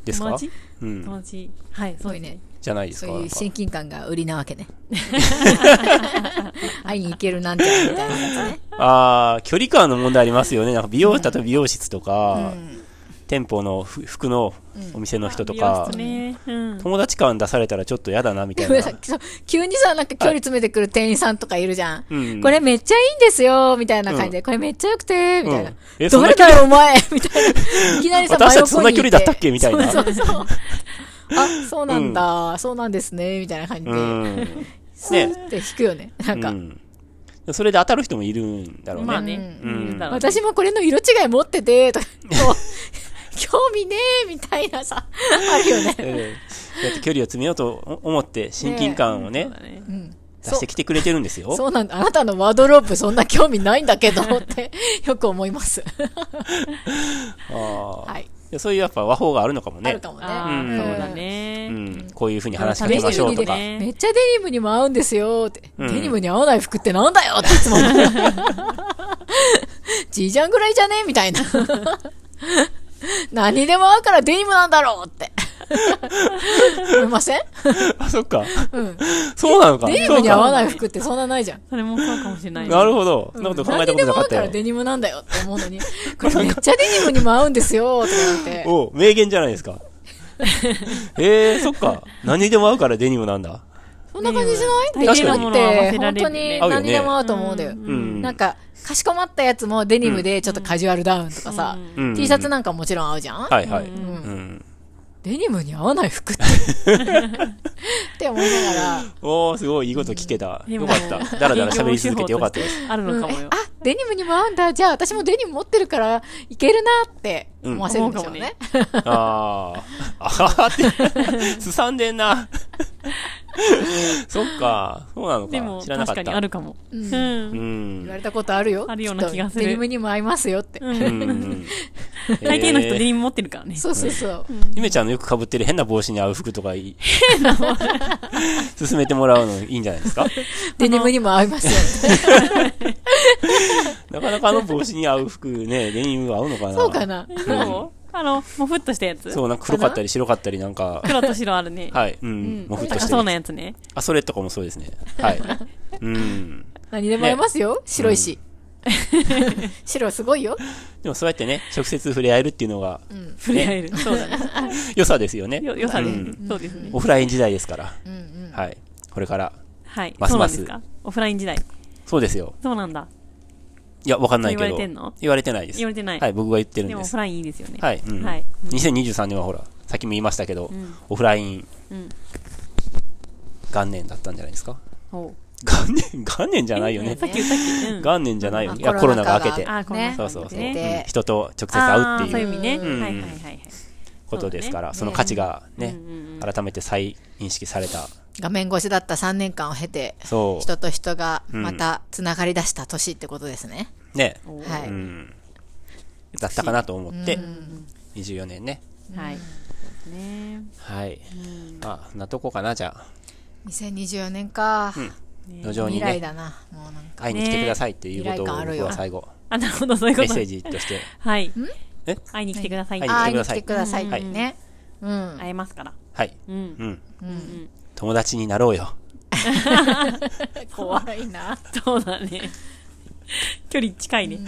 Speaker 3: です
Speaker 2: 友
Speaker 3: か
Speaker 2: 達、
Speaker 3: う
Speaker 2: 友
Speaker 3: ん、
Speaker 2: 達。はい、
Speaker 1: す
Speaker 2: そう
Speaker 1: ご
Speaker 2: で
Speaker 1: い
Speaker 2: すね
Speaker 1: ね。
Speaker 3: じゃないです
Speaker 1: そう
Speaker 3: か。
Speaker 1: い
Speaker 3: なん
Speaker 1: う
Speaker 3: か
Speaker 1: 親近感が売りなわけね会いに行けるなんちゃらみたいなやつね
Speaker 3: ああ、距離感の問題ありますよね。なんか美容、例えば美容室とか、店舗のふ服のお店の人と
Speaker 2: 美
Speaker 3: か
Speaker 2: 容、室ね。うん。
Speaker 3: 友達感出されたらちょっと嫌だなみたい
Speaker 1: ごめんな
Speaker 3: な
Speaker 1: <laughs> さい。そう急にさ、なんか距離詰めてくる店員さんとかいるじゃん。
Speaker 3: うん
Speaker 1: これめっちゃいいんですよ、みたいな感じで。これめっちゃよくて、みたいな
Speaker 3: うん。えそんな
Speaker 1: 誰だよ、お前みたいな。いきなりさ、
Speaker 3: 私
Speaker 1: 真横にい
Speaker 3: たち
Speaker 1: て
Speaker 3: そんな距離だったっけみたいな
Speaker 1: そうそうそう。あ、そうなんだ、そうなんですね、みたいな感じ
Speaker 3: う
Speaker 1: で。
Speaker 3: ん。
Speaker 1: スーって引くよね。なん
Speaker 3: う
Speaker 1: か。
Speaker 3: ん。それで当たる人もいるんだろうね。
Speaker 2: まあね、
Speaker 3: うん
Speaker 2: いるだろうね
Speaker 1: 私もこれの色違い持ってて、とか、こう <laughs> 興味ねえ、みたいなさ、あるよね。
Speaker 3: ええだって距離を詰めようと思って親近感をね
Speaker 2: そうだね
Speaker 3: 出してきてくれてるんですよ。
Speaker 1: そうなんだ。あなたのワードローブそんな興味ないんだけど、ってよく思います。
Speaker 3: あ
Speaker 1: はい。
Speaker 3: あそういうやっぱ和法があるのかも
Speaker 1: あ
Speaker 3: ね
Speaker 1: る。かもね。
Speaker 2: あ
Speaker 3: う
Speaker 2: ー
Speaker 3: ん
Speaker 2: そうだ
Speaker 3: う
Speaker 2: ね。
Speaker 3: ん。こういうふうに話しか
Speaker 1: デ
Speaker 3: け
Speaker 1: ニ
Speaker 3: ましょ
Speaker 1: ム
Speaker 3: うと
Speaker 1: に
Speaker 3: か。
Speaker 1: ねめっちゃデニムにも合うんですよって、
Speaker 3: うん <laughs>
Speaker 1: デニムに合わない服ってなんだよっていつも思うじいちゃんぐらいじゃねみたいな。何でも合うからデニムなんだろうって
Speaker 3: <laughs>
Speaker 1: 思いません
Speaker 3: あ、そっか。
Speaker 1: うん。
Speaker 3: <laughs> そうなのか。
Speaker 1: デニムに合わないい服ってそんなないじゃん。
Speaker 2: それもそうかもしれない。
Speaker 3: なるほど。そんなこと考えた
Speaker 1: 何
Speaker 3: こ
Speaker 1: で
Speaker 3: とな
Speaker 1: も
Speaker 3: か
Speaker 1: 合う
Speaker 3: っ
Speaker 1: か
Speaker 3: た
Speaker 1: ら
Speaker 3: よ。
Speaker 1: デニムなんだよって思うのに、 <laughs> これめっちゃデニムにも合うんですよ、とか言って。
Speaker 3: お名言じゃないで
Speaker 1: <laughs>
Speaker 3: すか。えー、そっか。何でも合うからデニムなんだ。
Speaker 1: そんな感じじゃない
Speaker 3: 確か
Speaker 1: デ
Speaker 3: に
Speaker 1: ニムって、本当に
Speaker 3: 合うよ
Speaker 1: 何
Speaker 3: ね
Speaker 1: でも合うと思うんだよ。
Speaker 3: う。
Speaker 2: うん
Speaker 1: なんか、かしこまったやつもデニムでちょっとカジュアルダウンとかさ、
Speaker 3: うん
Speaker 1: T シャツなんかもちろん合うじゃん、
Speaker 3: はいはい。
Speaker 1: う、
Speaker 3: うんん。
Speaker 1: デニムに合わない服って。
Speaker 3: <laughs>
Speaker 1: って思いながら、
Speaker 3: おー、すごい、いいこと聞けた。
Speaker 2: で
Speaker 3: よ
Speaker 2: も
Speaker 3: かった。だらだら喋り続けてよかったです。
Speaker 2: ある
Speaker 1: う
Speaker 2: の
Speaker 1: ん
Speaker 2: かも
Speaker 1: え
Speaker 2: よ
Speaker 1: あ。、デニムにも合うんだ。じゃあ私もデニム持ってるからいけるなって思わせるんでしょうね。
Speaker 3: ああ。あははって、すさんで
Speaker 2: <laughs>
Speaker 3: んな。そっか。そうなの
Speaker 2: でも、
Speaker 3: か。知らなか
Speaker 2: 確
Speaker 3: っ
Speaker 2: かに
Speaker 3: た
Speaker 2: あ。るかも。う。
Speaker 1: うん
Speaker 3: うんん
Speaker 1: 言わ。れたことあるよ。
Speaker 2: あるような気がする
Speaker 1: きっとデニムにも合いますよって。
Speaker 2: うん
Speaker 3: うんうん。
Speaker 2: 大抵の人デ
Speaker 3: えー
Speaker 2: ニム持ってるからね。
Speaker 1: そうそうそう。
Speaker 3: ゆめちゃんのよく被ってる変な帽子に合う服とかいい。勧めてもらうのいいんじゃないですか。
Speaker 1: デニムにも合いますよって。
Speaker 3: なかなかあの帽子に合う服ね、デニム合うのかな。
Speaker 1: そうか。な。
Speaker 2: そうあの、もふっとしたやつ
Speaker 3: そう、なんか黒かったり白かったりなんか、
Speaker 2: 黒と白あるね。
Speaker 3: はい、うん
Speaker 1: ん、
Speaker 3: もうふっと
Speaker 2: 高
Speaker 3: し
Speaker 2: そうな
Speaker 3: てる。
Speaker 2: やつね。
Speaker 3: あ、それとかもそうですね。はい。うん。
Speaker 1: 何でも合いますよ。白いし。 <laughs> 白すごいよ。
Speaker 3: でもそうやってね、直接触れ合えるっていうのが
Speaker 1: うん。
Speaker 2: 触れ合える。そうだね。
Speaker 3: 良さですよ
Speaker 2: <laughs>
Speaker 3: ね。
Speaker 2: よ、良さで
Speaker 3: う
Speaker 2: す
Speaker 3: ん。
Speaker 2: そうですね。
Speaker 3: オフライン時代ですから。
Speaker 1: うんうん。
Speaker 3: はい。これから。
Speaker 2: はい。
Speaker 3: ま
Speaker 2: そ
Speaker 3: す
Speaker 2: うな
Speaker 3: ま
Speaker 2: ん
Speaker 3: す
Speaker 2: ですかオフライン時代。
Speaker 3: そうですよ。
Speaker 2: そうなんだ。
Speaker 3: いや、わかんないけど。
Speaker 2: 言われてんの
Speaker 3: 言われてないです。
Speaker 2: 言われてない
Speaker 3: はい、僕が言ってる
Speaker 2: で
Speaker 3: ん
Speaker 2: も
Speaker 3: で
Speaker 2: オフ
Speaker 3: す。
Speaker 2: ラインいいですよね。
Speaker 3: はい。うん。
Speaker 2: はい。
Speaker 3: 2023年はほら、さっきも言いましたけど、
Speaker 2: うん。
Speaker 3: オフライン
Speaker 2: うん。
Speaker 3: 元年だったんじゃないですか。
Speaker 2: おう
Speaker 3: 元年、 <laughs> 元年じゃないよね
Speaker 2: さ。っき言ったっけうん。
Speaker 3: 元年じゃないよね。い
Speaker 1: あ
Speaker 3: や、コロナが明けて。
Speaker 2: あ、こ
Speaker 1: ね
Speaker 3: そうそうそう。う
Speaker 1: 明けて
Speaker 3: ん人と直接
Speaker 2: あ
Speaker 3: 会うっ
Speaker 2: ー
Speaker 3: て
Speaker 2: そうい
Speaker 3: いうう
Speaker 2: 意味ね。
Speaker 3: うん
Speaker 2: はいはいはいはい。
Speaker 3: ことですから、
Speaker 1: そ
Speaker 3: そう
Speaker 1: だね
Speaker 3: の価値がね
Speaker 2: う、んうんうん
Speaker 3: 改めて再認識された。
Speaker 1: 画面越しだった3年間を経て、
Speaker 3: そ
Speaker 1: 人と人がまた繋がり出した年ってことですね。
Speaker 3: う。ね。
Speaker 2: おー
Speaker 1: は
Speaker 3: う
Speaker 1: い
Speaker 3: ん。だったかなと思って
Speaker 1: う、
Speaker 3: 24年ね。
Speaker 2: はい。そうですね。
Speaker 3: はい。まあ、そんなとこかな、じゃあ。
Speaker 1: 2024年か。
Speaker 2: ね
Speaker 3: 路上に
Speaker 1: 未来
Speaker 3: ね、
Speaker 1: だな。もうなんか。
Speaker 3: 会いに来てくださいっていうこと
Speaker 1: 未
Speaker 3: を
Speaker 1: 来感ある
Speaker 3: 僕
Speaker 1: よ
Speaker 3: は
Speaker 1: <laughs>
Speaker 3: 最後、
Speaker 2: あ、なるほど、そういうこ
Speaker 3: メッ
Speaker 2: と
Speaker 3: セー。ジとして。
Speaker 2: はい。
Speaker 3: え
Speaker 2: 会いに来てください。
Speaker 3: はい
Speaker 1: あ
Speaker 3: は
Speaker 1: あ、
Speaker 3: い
Speaker 1: 会いに来てください
Speaker 3: はい
Speaker 1: ね。うん。
Speaker 2: 会えますから。
Speaker 3: はい。
Speaker 2: うん。
Speaker 3: うん。
Speaker 2: うん。
Speaker 3: 友達になろうよ。
Speaker 1: 怖いな。
Speaker 2: そうだね。距離近いね。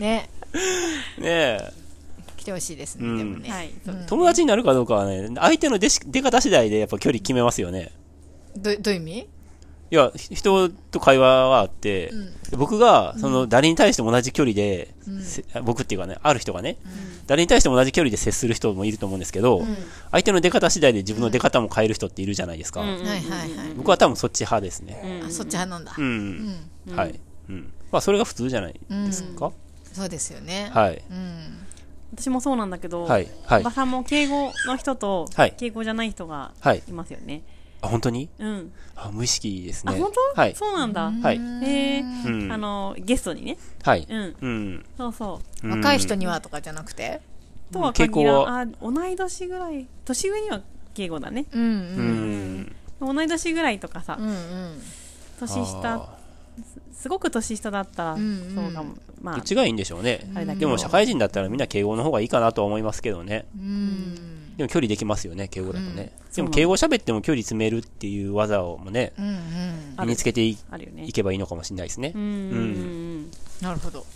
Speaker 1: ね。
Speaker 3: ねえ。
Speaker 1: 来てほしいです
Speaker 3: う
Speaker 1: ね、
Speaker 3: ん
Speaker 1: でもね。
Speaker 2: はい。そう
Speaker 3: 友達になるかどうかはね、相手の出し出方次第でやっぱ距離決めますよね。
Speaker 1: どどういう意味
Speaker 3: いや、ひ人と会話はあって、僕が、その、誰に対しても同じ距離で、せ僕っていうかね、ある人がね、誰に対しても同じ距離で接する人もいると思うんですけど、相手の出方次第で自分の出方も変える人っているじゃないですか。
Speaker 2: うん
Speaker 1: はいはいはい。
Speaker 3: 僕は多分そっち派ですね。
Speaker 1: あそっち派なんだ
Speaker 3: う。ん。はい。うん。まあ、それが普通じゃないですか、
Speaker 1: そうですよね。
Speaker 3: はい。
Speaker 1: うん。
Speaker 2: 私もそうなんだけど、
Speaker 3: はい。は
Speaker 2: お
Speaker 3: い
Speaker 2: ば。さんも敬語の人と
Speaker 3: はい、
Speaker 2: 敬語じゃない人が
Speaker 3: はい。
Speaker 2: いますよね。
Speaker 3: あ、本当に
Speaker 2: うん。
Speaker 3: あ、無意識です
Speaker 2: あ、
Speaker 3: ね。
Speaker 2: 本
Speaker 3: は
Speaker 2: 当
Speaker 3: い。
Speaker 2: そうなんだ。
Speaker 3: はい。
Speaker 2: へえ。
Speaker 3: うん。
Speaker 2: あの、ゲストにね。
Speaker 3: はい。
Speaker 2: うん。
Speaker 3: うん。
Speaker 2: そうそう。
Speaker 3: うん
Speaker 1: 若い人にはとかじゃなくて
Speaker 2: とは
Speaker 3: 傾
Speaker 2: 限
Speaker 3: 向
Speaker 2: ら
Speaker 3: は
Speaker 2: ん。あ、同い年ぐらい。年上には敬語だね。
Speaker 1: うんう
Speaker 3: う
Speaker 1: ん。
Speaker 3: ん。
Speaker 2: 同い年ぐらいとかさ
Speaker 1: うんう、ん。
Speaker 2: 年下、
Speaker 3: あ
Speaker 2: すごく年下だったら、
Speaker 1: んうん
Speaker 2: そうかも。ま
Speaker 3: ー。ど
Speaker 2: あ
Speaker 3: っ、ちがいいんでしょうね。
Speaker 2: あれだけ
Speaker 3: で
Speaker 2: ど
Speaker 3: も社会人だったらみんな敬語の方がいいかなとは思いますけどね。
Speaker 1: うん。
Speaker 3: でも距離できますよね、敬語だとね。で
Speaker 2: そうなの
Speaker 3: も敬語喋っても距離詰めるっていう技をもね、
Speaker 1: うんうん。
Speaker 2: あ
Speaker 3: 身
Speaker 2: る
Speaker 3: につけてい
Speaker 2: あるよね
Speaker 3: い。けばいいのかもしれないですね
Speaker 2: う。んうんうん
Speaker 1: なるほど。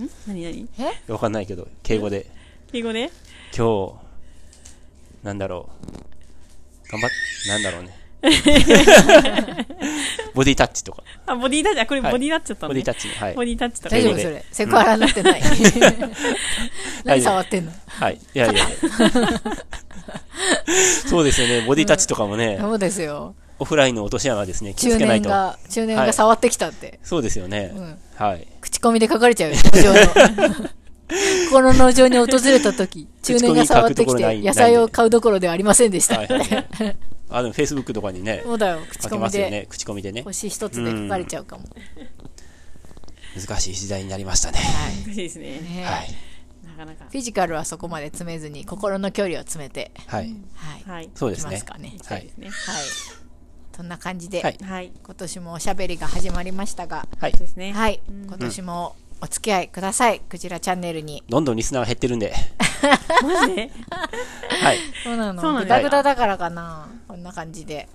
Speaker 2: うん。ん何何
Speaker 3: わかんないけど、敬語で。
Speaker 2: 敬語で
Speaker 3: 今日、なんだろう。頑張っ、なんだろうね。ボディタッチとか。
Speaker 2: あ、ボディタッチ、あ、これ
Speaker 3: はい
Speaker 2: ボディタッチだったの
Speaker 3: ボディ
Speaker 2: ね
Speaker 3: タッチ。はい
Speaker 2: ボ。ディタッチとか
Speaker 1: 大丈
Speaker 3: 敬語
Speaker 1: 夫
Speaker 3: で
Speaker 1: それ。セクハラになって
Speaker 3: <laughs>
Speaker 1: ない。何触ってんの
Speaker 3: はい。いやいやいやそうですよね。ボディタッチとかもね、
Speaker 1: そうですよ。
Speaker 3: オフラインの落とし穴ですね。気を
Speaker 1: 中
Speaker 3: つけない
Speaker 1: 年
Speaker 3: と。
Speaker 1: が、中年が触ってきたって。
Speaker 3: そうですよね。
Speaker 1: うん
Speaker 3: はい。
Speaker 1: 口コミで書かれちゃうよ、農
Speaker 3: <laughs>
Speaker 1: 場の。この農場に訪れた時、中年が触って
Speaker 3: 口コミ書くと
Speaker 1: き
Speaker 3: ころな
Speaker 1: て、
Speaker 3: い
Speaker 1: 野菜を買うどころではありませんでした。
Speaker 3: はいはいはい。あ、でも Facebook とかにね、
Speaker 1: そうだよ、口コ
Speaker 3: 書け
Speaker 1: ミ
Speaker 3: ますよ
Speaker 1: で、
Speaker 3: ね。口コミでね。
Speaker 1: 星一つで書かれちゃうかも。
Speaker 3: 難しい時代になりましたね。
Speaker 2: 難しいですね。
Speaker 1: ね
Speaker 3: はい。
Speaker 2: なかなか。
Speaker 1: フィジカルはそこまで詰めずに、心の距離を詰めて、
Speaker 3: はい。
Speaker 1: はい。
Speaker 2: はい。
Speaker 3: そう
Speaker 1: い
Speaker 3: で
Speaker 1: き
Speaker 3: す
Speaker 1: ま
Speaker 3: ね
Speaker 1: す。かね。
Speaker 3: は
Speaker 2: で
Speaker 3: い
Speaker 2: す。ね。
Speaker 1: はい。そんな感じで、
Speaker 3: はい
Speaker 2: はい。
Speaker 1: 今年もおしゃべりが始まりましたが、
Speaker 3: はい
Speaker 2: そう。ですね。
Speaker 1: はい。
Speaker 2: ん
Speaker 1: 今年もおお付き合いください。クジラチャンネルに。
Speaker 3: どんどんリスナーが減ってるんで。
Speaker 2: マジで
Speaker 3: はい。
Speaker 1: そうな
Speaker 2: そ
Speaker 1: の。
Speaker 2: うなん
Speaker 1: グダ
Speaker 2: だ
Speaker 1: グダだからかな。こんな感じで。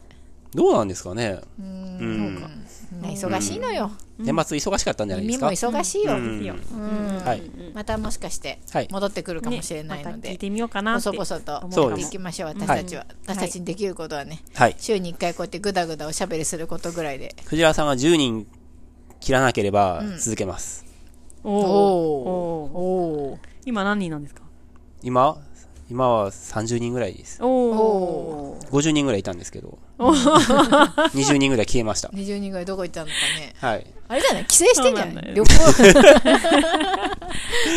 Speaker 3: どうなんですかね。
Speaker 1: うー。
Speaker 3: うんん。
Speaker 1: みんな忙しいのよ。
Speaker 3: 年末忙しかったんじゃないで
Speaker 1: 耳
Speaker 3: す
Speaker 1: も
Speaker 3: か。
Speaker 1: 忙しいよ。
Speaker 3: <laughs> うん
Speaker 2: よ
Speaker 1: うん
Speaker 3: はい
Speaker 1: またもしかして
Speaker 3: はい
Speaker 1: 戻ってくるかもしれない
Speaker 2: ね
Speaker 1: の
Speaker 2: また聞い
Speaker 1: で、
Speaker 2: てみようかなって
Speaker 1: 細々と
Speaker 2: 思う
Speaker 3: そ
Speaker 1: やっ
Speaker 3: うで
Speaker 1: て
Speaker 3: す
Speaker 1: いきましょう、私たちは。私たちにできることはね、
Speaker 3: はい。
Speaker 1: 週に1回こうやってぐだぐだおしゃべりすることぐらいで。
Speaker 3: クジラさんが10人切らなければ続けます。
Speaker 2: お
Speaker 1: お
Speaker 2: おお
Speaker 1: おー
Speaker 2: 今何人なんですか
Speaker 3: 今今は30人ぐらいです。
Speaker 2: おお
Speaker 3: 50人ぐらいいたんです <laughs> けど。20人ぐらい消えました。
Speaker 1: 20人ぐらいどこ行ったのかね。
Speaker 3: はい。
Speaker 1: あれじゃない帰省してんじゃ
Speaker 2: そうなん
Speaker 1: な
Speaker 2: だ
Speaker 1: い
Speaker 2: よ
Speaker 1: 旅
Speaker 3: <laughs>
Speaker 1: 行。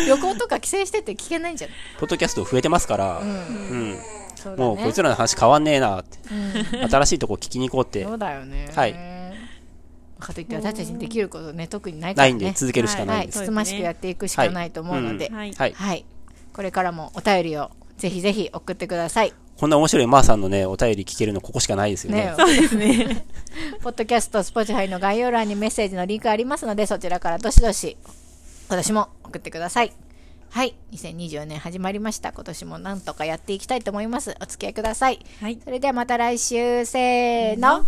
Speaker 1: 旅行とか帰省してて聞けないんじゃない
Speaker 3: ポッドキャスト増えてますから、うん。
Speaker 1: そうだ
Speaker 3: もうこ
Speaker 1: ね
Speaker 3: い。つらの話変わんねえなって。
Speaker 1: うん
Speaker 3: 新しいとこ聞きに行こうって
Speaker 1: そ。うだよね。
Speaker 3: はい。
Speaker 1: かといって私たちにできることね、特にないか
Speaker 3: な
Speaker 1: ら
Speaker 3: いんで
Speaker 1: ね。
Speaker 3: 続けるしかない
Speaker 1: は
Speaker 3: ん
Speaker 1: い、
Speaker 3: で
Speaker 1: つ
Speaker 3: す。
Speaker 1: つましくやっていくしかないと思うので、
Speaker 2: はい
Speaker 3: はい。
Speaker 1: はい。これからもお便りをぜひぜひ送ってください。
Speaker 3: こんな面白いマーさんのね、お便り聞けるのここしかないですよね。
Speaker 1: ね
Speaker 2: <laughs> そうで
Speaker 1: <laughs>
Speaker 2: すね
Speaker 1: ポッドキャスト、Spotify の概要欄にメッセージのリンクありますので、そちらからどしどし、今年も送ってください。はい。2024年始まりました。今年もなんとかやっていきたいと思います。お付き合いください。
Speaker 2: はい
Speaker 1: それではまた来週、せーの。